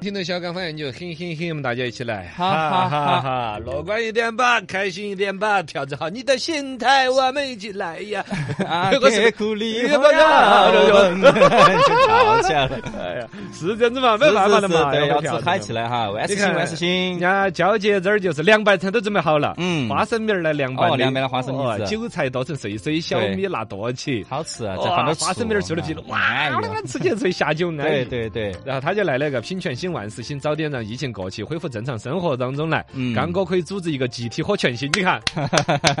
听到小刚方言就嘿嘿嘿，我们大家一起来，好哈好好哈，乐观一点吧，开心一点吧，调整好你的心态，我们一起来呀！啊，我是给苦力你不不要要 吵起来了，哎呀，是这样子嘛，没是办法是的是，嘛，对，要不吃调整嗨起来哈，万事你兴看万事人兴，家交接这儿就是凉拌菜都准备好了，嗯花生米儿来凉拌哦凉拌的花生米哦是韭菜剁成碎碎，小米拿剁起，好吃啊，再哇放点花生米儿碎了皮了，哎哇，呦那个哎吃起来最下酒呢。对对对，然后他就来了一个品全新万事兴，早点让疫情过去，恢复正常生活当中来。嗯刚哥可以组织一个集体喝全新，你 看，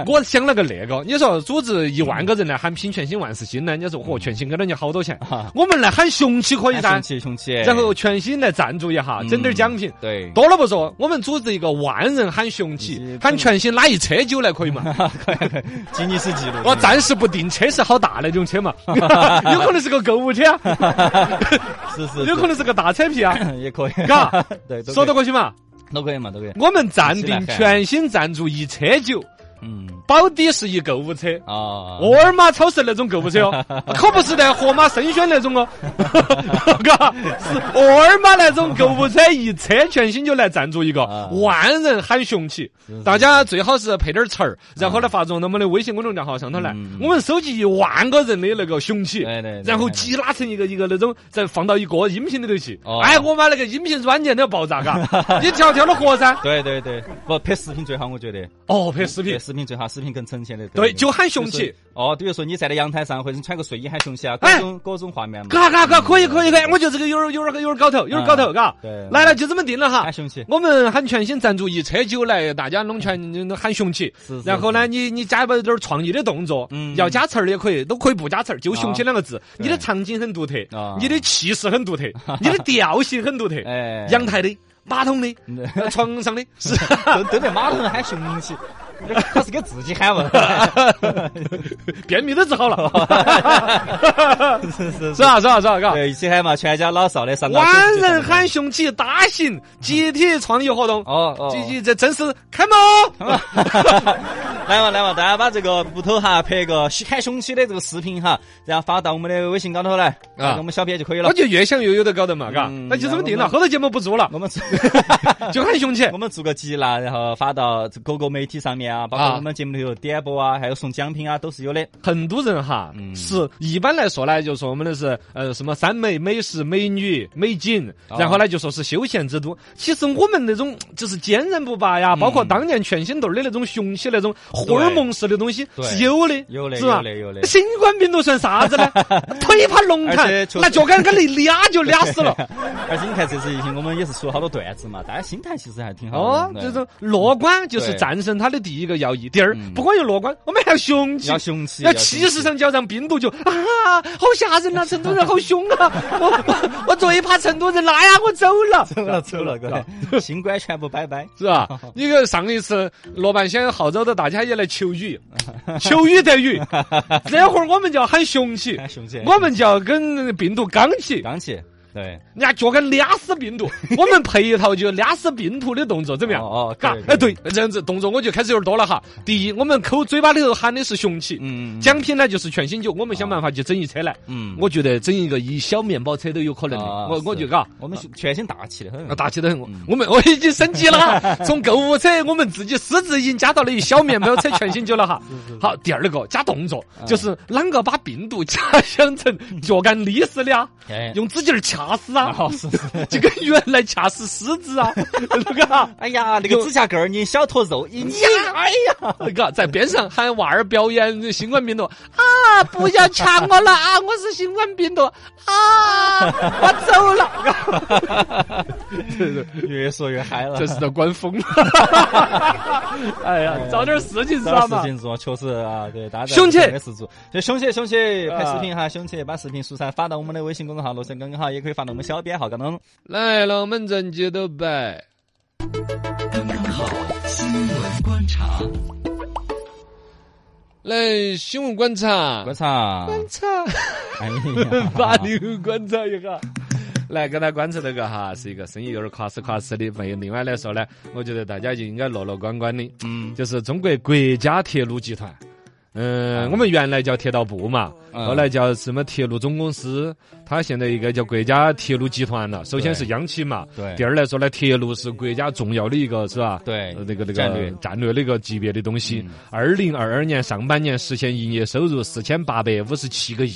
我想了个那个，你说组织一万个人来喊品全新万事兴呢，人家说嚯全新给了你好 多钱，哈我们来喊雄起可以噻啊雄，起嗯雄起，然后全新来赞助一下，整点奖品。哎对， 多了不说，我们组织一个万人喊雄你起嗯是，喊全新拉一车酒来可以嘛？ 吉尼斯纪录，我暂时不定，车是好大那种车嘛， 有可能是个购物 车啊，是是，有可能是个大车皮 啊，能也可以，嘎对，说得都可过去嘛？以都可以嘛，都可以，我们暂定全新赞助一车酒，嗯保底是一购物车。啊，沃尔玛超市那种购物车 哦，可不是的，盒马生鲜那种哦，嘎，是沃尔玛那种购物车，一车全新就来赞助一个啊，万人喊雄起。大家最好是配点儿词儿，然后呢发送到我们的微信公众账号上头来嗯，我们收集一万个人的那个雄起对对对，然后挤拉成一个一个那种，再放到一个音频里头去哦。哎，我妈那个音频软件都要爆炸， 嘎，一条条的活噻。对对对，不拍视频最好，我觉得哦，拍视频对。视频最好，视频更呈现的对，就喊雄。比如起说，哦，比如说你站在阳台上，或者你穿个睡衣喊雄起啊，各哎种各种画面嘛，嘎嘎嘎，可以可以可以，我觉得这个有点有点有点搞头，有点搞头，嘎。啊对来了，就这么定了哈 喊。雄起。我们喊全新赞助一车酒来，大家弄全喊雄起是。是然后呢，你你加一点创意的动作，嗯要加词儿也可以，都可以不加词儿，就雄起啊两个字。对你的场景很独特啊，你的气势很独 特，你的调性很独特。哎阳台的、马桶 的、呃床上的，是。都都在马桶上喊雄起，他是给自己 喊嘛？ 便秘都治好 了，是是是，吧是吧是吧，嘎。对，一起喊嘛，全家老少的上到万人喊雄起，大型集体创意活动。哦哦，这这这真是开门哦！ 来嘛来嘛，大家把这个屋头哈拍个喊雄起的这个视频哈，然后发到我们的微信高头来，发给啊我们小编就可以了 我。就越想越有得搞头嘛，嘎，嗯那就这么定了，后头节目不做了，我们做就喊雄起。 我们做个集啦，然后发到各个媒体上面啊，包括啊我们节目里头点播啊，还有送奖品啊，都是有的。很多人哈，嗯是一般来说呢，就说我们的是呃什么三美、美食、美女、美景，啊然后呢就说是休闲之都。其实我们那种就是坚韧不拔嗯呀，包括当年全新豆儿的那种雄起那种荷尔蒙式的东西对是有的，有的是吧有的有的？新冠病毒算啥子呢？ 腿怕龙而潭且，确实那脚杆跟那俩就俩死 了。而且你看这次疫情，我们也是说了好多段子嘛，大家心态其实还挺好的哦，嗯对这种乐观就是对战胜它的第一个要义。第二嗯，不光要乐观，我们还要雄起要。雄起，要雄气势上就要让病毒就啊，好吓人呐、成都人好凶啊！我我我最怕成都人啦呀！我走了， 走了走了，哥，新冠全部拜拜。是吧？你个上一次罗半仙号召着大家也来求雨，求雨得雨。这会儿我们就要喊雄起，哎雄起我们就要跟病毒刚起，刚起，对，人家脚杆俩死病毒，我们配一套就俩死病毒的动作，怎么样？哦哦嘎可以，可以哎，对，这样子动作我就开始有点多了哈。第一，我们口嘴巴里头喊的是雄起，嗯，奖品呢就是全新酒，我们想办法去整一车来。嗯，我觉得整一个一小面包车都有可能的，啊我我是就嘎。我们全新大气的很啊，，大气得很，我嗯我们我已经升级了哈， 从购物车我们自己私自已经加到了一小面包车全新酒了 哈。好，第二个加动作，啊就是啷个把病毒假想成脚杆勒死的啊，哎，用指甲儿掐死啊，好 是是。就跟原来掐死狮子啊， 那个啊哎呀，那个指甲盖儿，你小坨肉一捏，哎呀，那个在边上喊娃儿表演新冠病毒啊，不要掐我了啊，我是新冠病毒啊，我走了。 对对，越说越嗨了。这是在官风。哎呀，找点事情找做事嘛。情做，确实啊，对，大家凶器没事做，就凶起凶起拍啊视频哈，凶起把视频素材发到我们的微信公众号“罗森刚刚好”，也可以发到我们小编号刚刚。来，让我们人接着摆。刚刚好，新闻观察。来新闻观察，观察，观察，哎呀把啊你观察一下。来跟他观察这个哈，是一个生意有点垮死垮死的朋友。另外来说呢，我觉得大家就应该乐乐观观的， 嗯，就是中国国家铁路集团。嗯，我们原来叫铁道部嘛，嗯后来叫什么铁路总公司，它现在应该叫国家铁路集团了。首先是央企嘛，对第二来说呢，铁路是国家重要的一个是吧？对呃那个那个战略嗯战略的一个级别的东西。二零二二年上半年实现营业收入四千八百五十七个亿，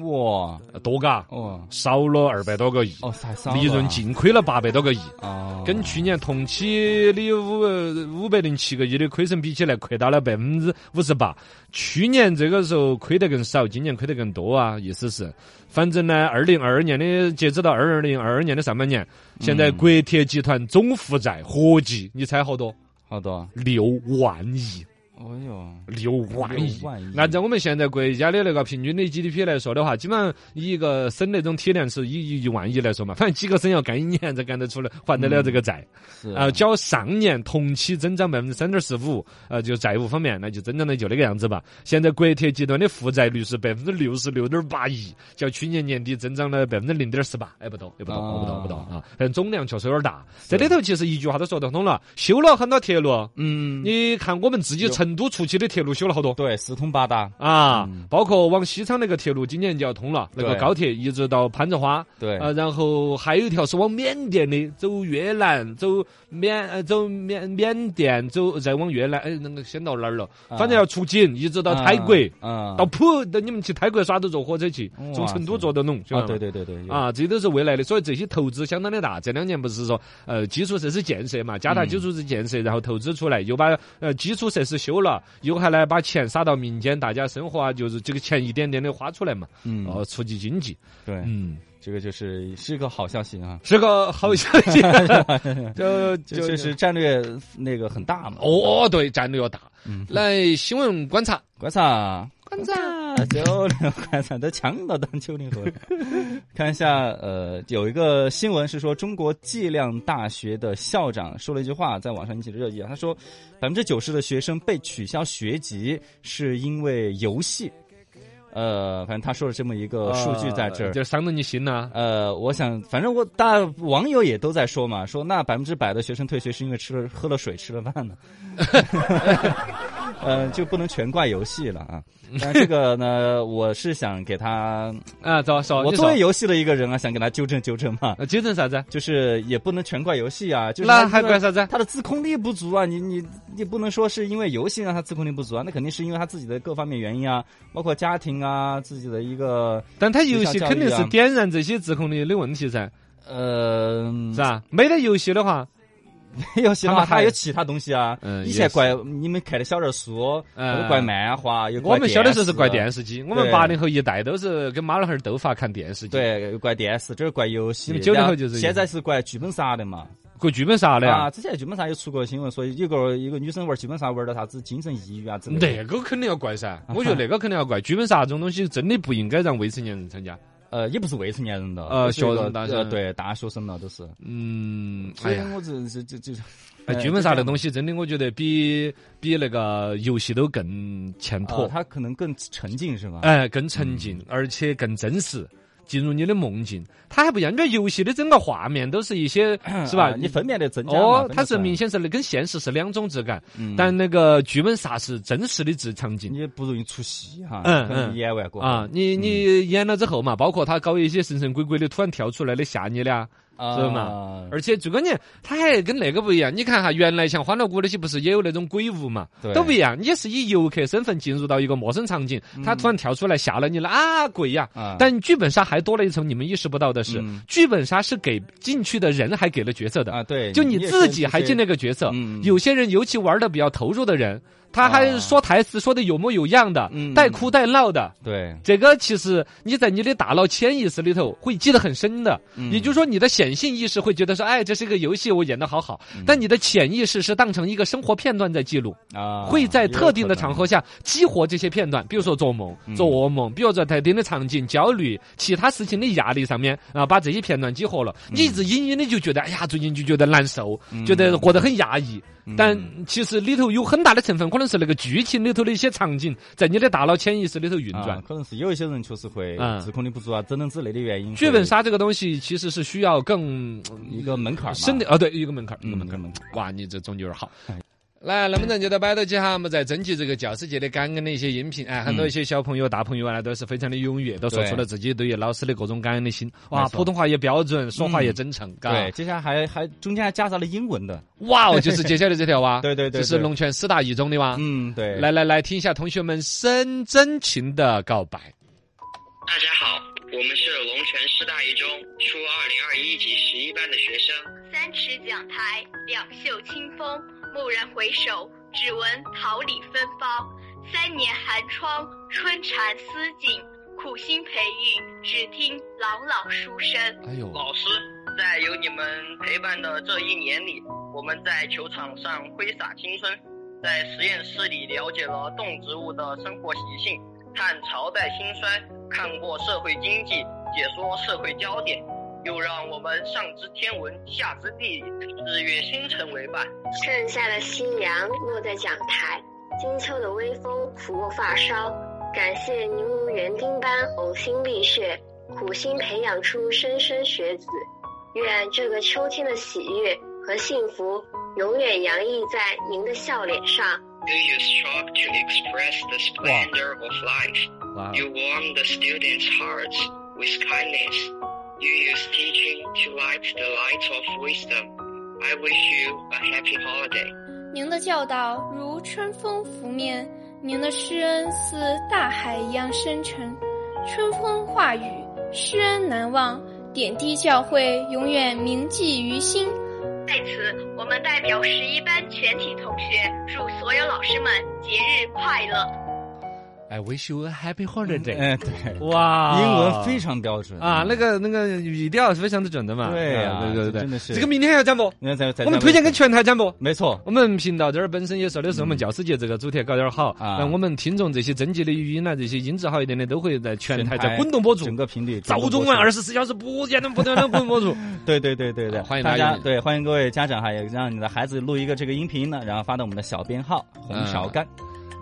哇，多嘎，哦，少了二百多个亿，哦，太少了利润净亏了八百多个亿。哦，跟去年同期的五呃五百零七个亿的亏损比起来，扩大了百分之五十八。去年这个时候亏得更少，今年亏得更多啊，意思是，反正呢，二零二二年的截止到二零二二年的上半年，现在国铁集团总负债合计，你猜好多？好多，六万亿，哎呦，六万亿六万亿。按照我们现在国家的那个平均的 GDP 来说的话，基本上以一个省那种体量是以一一万亿来说嘛，反正几个省要干一年才干得出来，还得了这个债。是啊，较上年同期增长百分之三点四五，呃，就债务方面，那就增长的就那个样子吧。现在国铁集团的负债率是百分之六十六点八一，较去年年底增长了百分之零点四八，哎，不多，也不多，啊不多，不多啊。反正总量确实有点大。这里头其实一句话都说得通了，修了很多铁路，嗯，你看我们自己成都出去的铁路修了好多。对，四通八达，啊，包括往西昌那个铁路今年就要通了，那个对高铁一直到攀枝花，对，呃，然后还有一条是往缅甸的，走越南，走缅呃走缅缅甸，走再往越南，哎，那个先到哪儿了？啊反正要出境，一直到泰国，嗯，到普，等你们去泰国耍都坐火车去，从哇成都塞坐到弄，晓啊，得对吗。对对对，有啊，这都是未来的，所以这些投资相当的大。这两年不是说呃基础设施建设嘛，加大基础设施建设，然后投资出来，又把呃基础设施修了，又还来把钱撒到民间，大家生活啊，就是这个钱一点点的花出来嘛，嗯，哦，促进经济。对，嗯。这个就是是个好消息啊，是个好消息，就 这就这是是战略那个很大嘛，哦，对，战略要大。嗯来，新闻观察，观察，观察，九零观察都抢到当九零后了。 看一下，呃，有一个新闻是说，中国计量大学的校长说了一句话，在网上引起了热议啊。他说，百分之九十的学生被取消学籍是因为游戏。呃，反正他说了这么一个数据在这儿，啊就是伤到你心了。呃，我想，反正我大家网友也都在说嘛，说那百分之百的学生退学是因为吃了喝了水吃了饭呢， 呃，就不能全怪游戏了啊。但这个呢，我是想给他，啊，走，说，我你作说为游戏的一个人啊，想给他纠正纠正嘛，呃纠正啥子？就是也不能全怪游戏啊，就是那他还怪啥子？他的自控力不足啊，你你你不能说是因为游戏让他自控力不足啊，那肯定是因为他自己的各方面原因啊，包括家庭啊，自己的一个但他游戏肯定学校教育是啊点燃这些自控力的问题噻，呃是吧？没得游戏的话，游戏他嘛，们还他 有其他东西啊。嗯以也前是怪你们看的小人书，嗯又怪漫画，又怪我们小的时候是怪电视，电视机，我们对八零后一代都是跟妈老汉儿斗法看电视剧，，对，又怪电视，这是怪游戏你。们90后然就是现在是怪剧本杀的嘛？过剧本杀的啊，呀。之前剧本杀有出过新闻，说一个一个女生玩剧本杀玩到啥子精神抑郁啊之类的。那个肯定要怪噻，我觉得那个肯定要怪。剧本杀这种东西真的不应该让未成年人参加。呃，也不是未成年人了，呃就是一个学生大学呃对大学生了都是。嗯，所哎以呀，我这这这这，哎，剧本杀那东西真的，我觉得比比那个游戏都更欠妥，呃他可能更沉浸是吧？哎，更沉浸，而且更真实，进入你的梦境。它还不一样，人家游戏的整个画面都是一些，是吧？啊你分辨的增加嘛哦分，辨它是出来明显是跟现实是两种质感，嗯但那个剧本杀是真实的质场景。你也不容易出戏哈，嗯可能嗯演完过啊，你你演了之后嘛，包括他搞一些神神鬼鬼的，突然跳出来的吓你的啊，啊是嘛而且最关键，它还跟那个不一样。你看哈，原来像欢乐谷那些不是也有那种鬼屋嘛对，都不一样。你是以游客身份进入到一个陌生场景，他突然跳出来吓了你了啊，鬼呀！嗯啊但剧本杀还多了一层你们意识不到的是嗯，剧本杀是给进去的人还给了角色的啊，对，就你也自是己这还些进那个角色嗯。有些人尤其玩的比较投入的人，他还啊说台词说的有模有样的嗯，带哭带闹的，对，这个其实你在你的大脑潜意识里头会记得很深的，也就是说你的显性意识会觉得说，哎，这是一个游戏，我演的好好，但你的潜意识是当成一个生活片段在记录，啊，会在特定的场合合下激活这些片段，比如说做梦、做噩梦，比如说在特定的场景、焦虑、其他事情的压力上面啊，把这些片段激活了，你一直隐隐的就觉得，哎呀，最近就觉得难受，觉得过得很压抑，但其实里头有很大的成分可能能是那个剧情里头的一些场景，在你的大脑潜意识里头运转啊。可能是有一些人确实会嗯自控力不足啊，等等之类的原因。剧本杀这个东西其实是需要更一个门槛儿嘛深的，哦，对，一个门槛儿，一嗯个门槛儿。门槛哇，你这总结有点好哎。来，能不能就到摆到起哈？我们在征集这个教师节的感恩的一些音频，嗯哎，很多一些小朋友、大朋友啊，都是非常的踊跃，都说对出了自己对于老师的各种感恩的心。哇，没错嗯普通话也标准，说话也真诚，嘎。对，接下来还还中间还夹杂了英文的，哇哦，就是接下来这条哇， 对对对这是对龙泉师大一中的哇。嗯，对，来来来，听一下同学们深真情的告白。大家好，我们是龙泉师大一中初二零二一级十一班的学生。三尺讲台，两袖清风。蓦然回首，只闻桃李芬芳。三年寒窗，春蝉思锦。苦心培育，只听朗朗书声。哎呦，老师，在有你们陪伴的这一年里，我们在球场上挥洒青春，在实验室里了解了动植物的生活习性，看朝代兴衰，看过社会经济，解说社会焦点，又让我们上知天文，下知地理，日月星辰为伴。盛夏的夕阳落在讲台，金秋的微风拂过发梢。感谢您如园丁般呕心沥血，苦心培养出莘莘学子。愿这个秋天的喜悦和幸福永远洋溢在您的笑脸上。 Do you strive to express the splendor of life? 哇哦， You warm the students' hearts with kindness. You use teaching to light the light of wisdom. I wish you a happy holiday. 您的教导如春风拂面，您的施恩似大海一样深沉。春风化雨，施恩难忘，点滴教诲永远铭记于心。在此，我们代表十一班全体同学，祝所有老师们节日快乐。哎，wish you a happy holiday。嗯，对，哇，英文非常标准嗯啊，那个那个语调是非常的准的嘛。对呀啊对对对，真的是这个明天还要讲不？那在在我们推荐给，全台讲不？没错，我们频道这儿本身也说的是我们教师节这个主题搞点儿好，啊让我们听众这些征集的语音啊，这些音质好一点的都会在全台全台在滚动播出整，个频率早中晚二十，十四小时不间断不断的滚动播出。 对对对对对，好欢迎大大家家，对欢迎各位家长哈，也让你的孩子录一个这个音频呢，然后发到我们的小编号红苕干，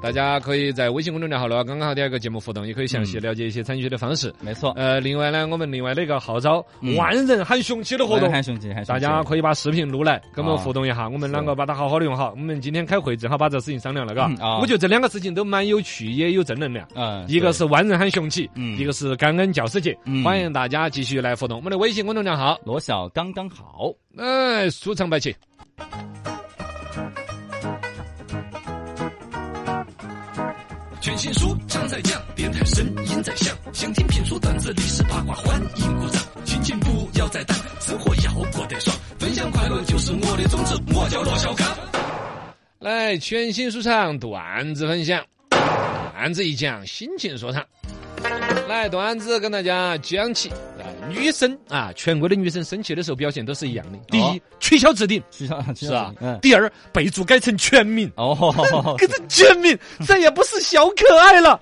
大家可以在微信公众号“了，刚刚好”第二个节目互动，也可以详细了解一些参与的方式。没错，呃，另外呢，我们另外的一个号召嗯万人喊雄起的活动欢迎。兄弟，嗯大家可以把视频录来，跟我们啊互动一下，我们是啷个把它好好的用好。我们今天开会正好把这事情商量了，嘎嗯。啊我觉得这两个事情都蛮有趣，也有正能量。嗯，一个对是万人喊雄起，嗯一个是感恩教师节，嗯欢迎大家继续来互动。我们的微信公众账号，罗小刚刚好。哎，舒畅白起。全新书唱在讲，电台声音在响，想听评书段子历史八卦，欢迎鼓掌。心情不要再淡，生活要过得爽，分享快乐就是我的宗旨。我叫罗小刚。来，全新说唱段子分享，段子一讲，心情说唱。来，段子跟大家讲起，呃女生啊，全国的女生生气的时候表现都是一样的。第哦一，取消置顶，取消取是啊消吧？嗯，第二，备注改成全名，哦， 改哎成全名，再也不是小可爱了，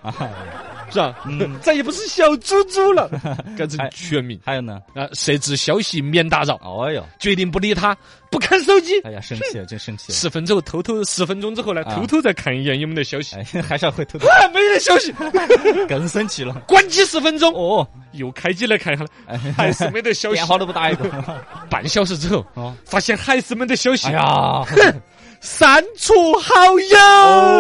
是吧？嗯再也不是小猪猪 了，改成全名还有呢？啊，设置消息免打扰，哦哟，决定不理他，不看手机。哎呀，生气了，真生气了。十分钟偷偷，十分钟之后呢，啊偷偷再看一眼有没得消息。哎，还是要会 偷偷，哎，没得消 息，更生气了。关机十分钟，哦，哎又开机来看一下了，还是没得消息电。话都不打一个。 半小时之后哦，发现还是没得消息哎。 呀，删除好友，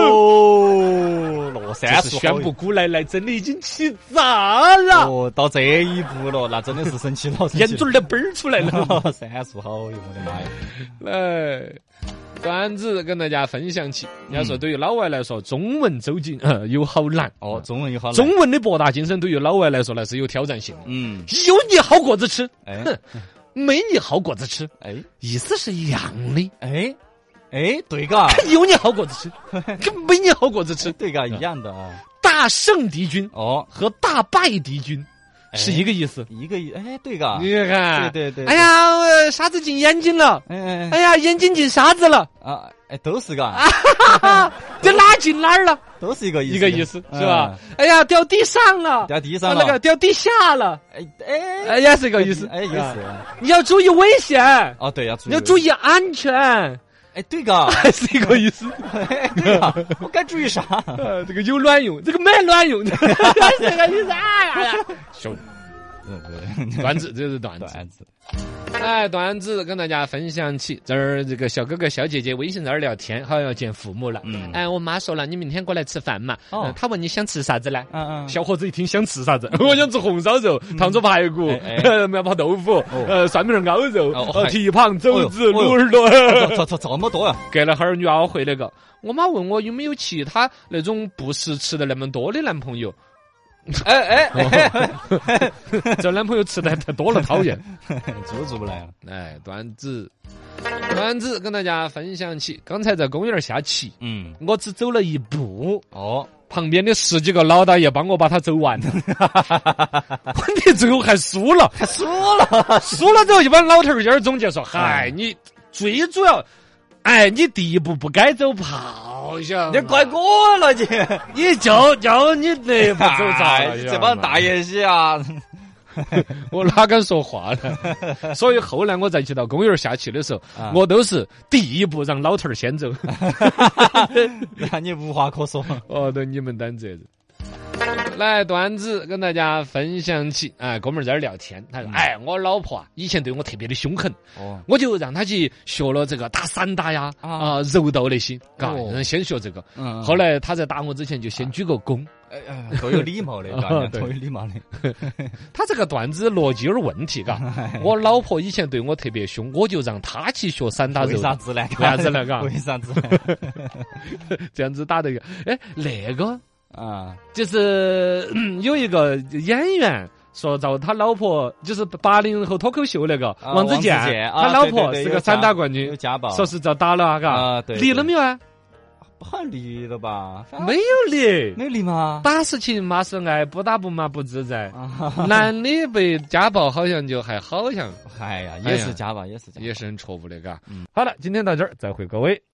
哦，落这三是次宣布古来来真的已经起炸了，哦，到这一步了，那真的是生气了，眼珠儿都奔儿出 哦嗯来了。了。三叔好用，我的妈呀！来，段子跟大家分享起。人家说，对于老外来说，中文走进 呃有好难哦，中文又好，中，文的博大精深对于老外来说呢是有挑战性的。嗯，有你好果子吃，哎哼，没你好果子吃，哎意思是一样的。哎哎，对嘎，有你好果子 吃，跟没你好果子吃。对嘎，一样的啊。大胜敌军哦，和大败敌军哎是一个意思。一个哎，对嘎，你看，对对对哎呀，我啥子进眼睛了？哎哎哎呀，眼睛进啥子了？啊，哎，都是嘎，这哪进哪儿了？都是一个意思，一个啊意思是吧？？哎呀，掉地上了，掉地上啊了那，个掉地下了，哎哎哎，也是一个意思。哎，意啊思。你要注意危险，哦，对，要注意， 你要注意安全。哎，对个，是一个意思。哎对个，我该注意啥？呃，这个有卵用，这个没卵 用，这个意思啊呀！ 兄对 对，段子，这是嗯段子。段子，哎，段子跟大家分享起，这儿这个小哥哥小姐姐微信在那儿聊天，好像要见父母了。嗯哎，我妈说了，你明天过来吃饭嘛。哦嗯她问你想吃啥子呢？嗯嗯，小伙子一听想吃啥子，我想吃红烧肉、糖醋排骨哎、哎 呃苗圃豆腐、呃蒜皮儿熬肉、哦呃还蹄膀、肘子、哎呦鹿耳朵。 操操这么多呀！隔了会儿，女娃娃回来个，我妈问我有没有其他那种不是吃的那么多的男朋友。哎哎哎， 这男朋友吃的太多了，讨厌。 做都做不来了。哎，段子，段子跟大家分享起。刚才在公园儿下棋，嗯，我只走了一步，哦，旁边的十几个老大爷帮我把它走 完了。问题最后还输了，还输了。输了之后一帮老头儿在那儿总结 说：“嗨，你最主要，哎，你第一步不该走炮响，你怪我了你！你就就你那步 走咋哎了？这帮大爷。爷些啊， 我哪敢说话 呢？所以后来我再去到公园儿下棋的时候，啊我都是第一步让老头儿先 走。那你无话可说。哦，对，你们担责任。来段子跟大家分享起，哎，哥们儿在这儿聊天，他嗯说：“哎，我老婆啊，以前对我特别的凶狠，哦，我就让她去学了这个打散打呀，啊啊，柔道那些，嘎哦，嗯先学这个。嗯后，来她在打我之前就先鞠个躬。哎哎，多有礼 貌的，大啊爷，对多有礼貌的。他这个段子逻辑有点问题， 嘎。我老婆以前对我特别凶，我就让她去学散打为柔啥道。”子呢？为啥子呢嘎 为啥子呢？这样子打的一个，哎，那个啊，就是、嗯有一个演员。说遭他老婆就是八零后脱口秀那个啊王自健王自健，啊他老对对婆对是有个家散打冠军有，家暴，说是遭打了，嘎啊，对离了对没有啊？不好离了吧？反正没有离，没有离吗？打是情，骂是爱，不打不骂不自在。啊， 男的被家暴好像就还好像哎呀，哎也呀是家暴，也是家暴。嗯也是很错误的，嘎。好了，今天到这儿，再会各位。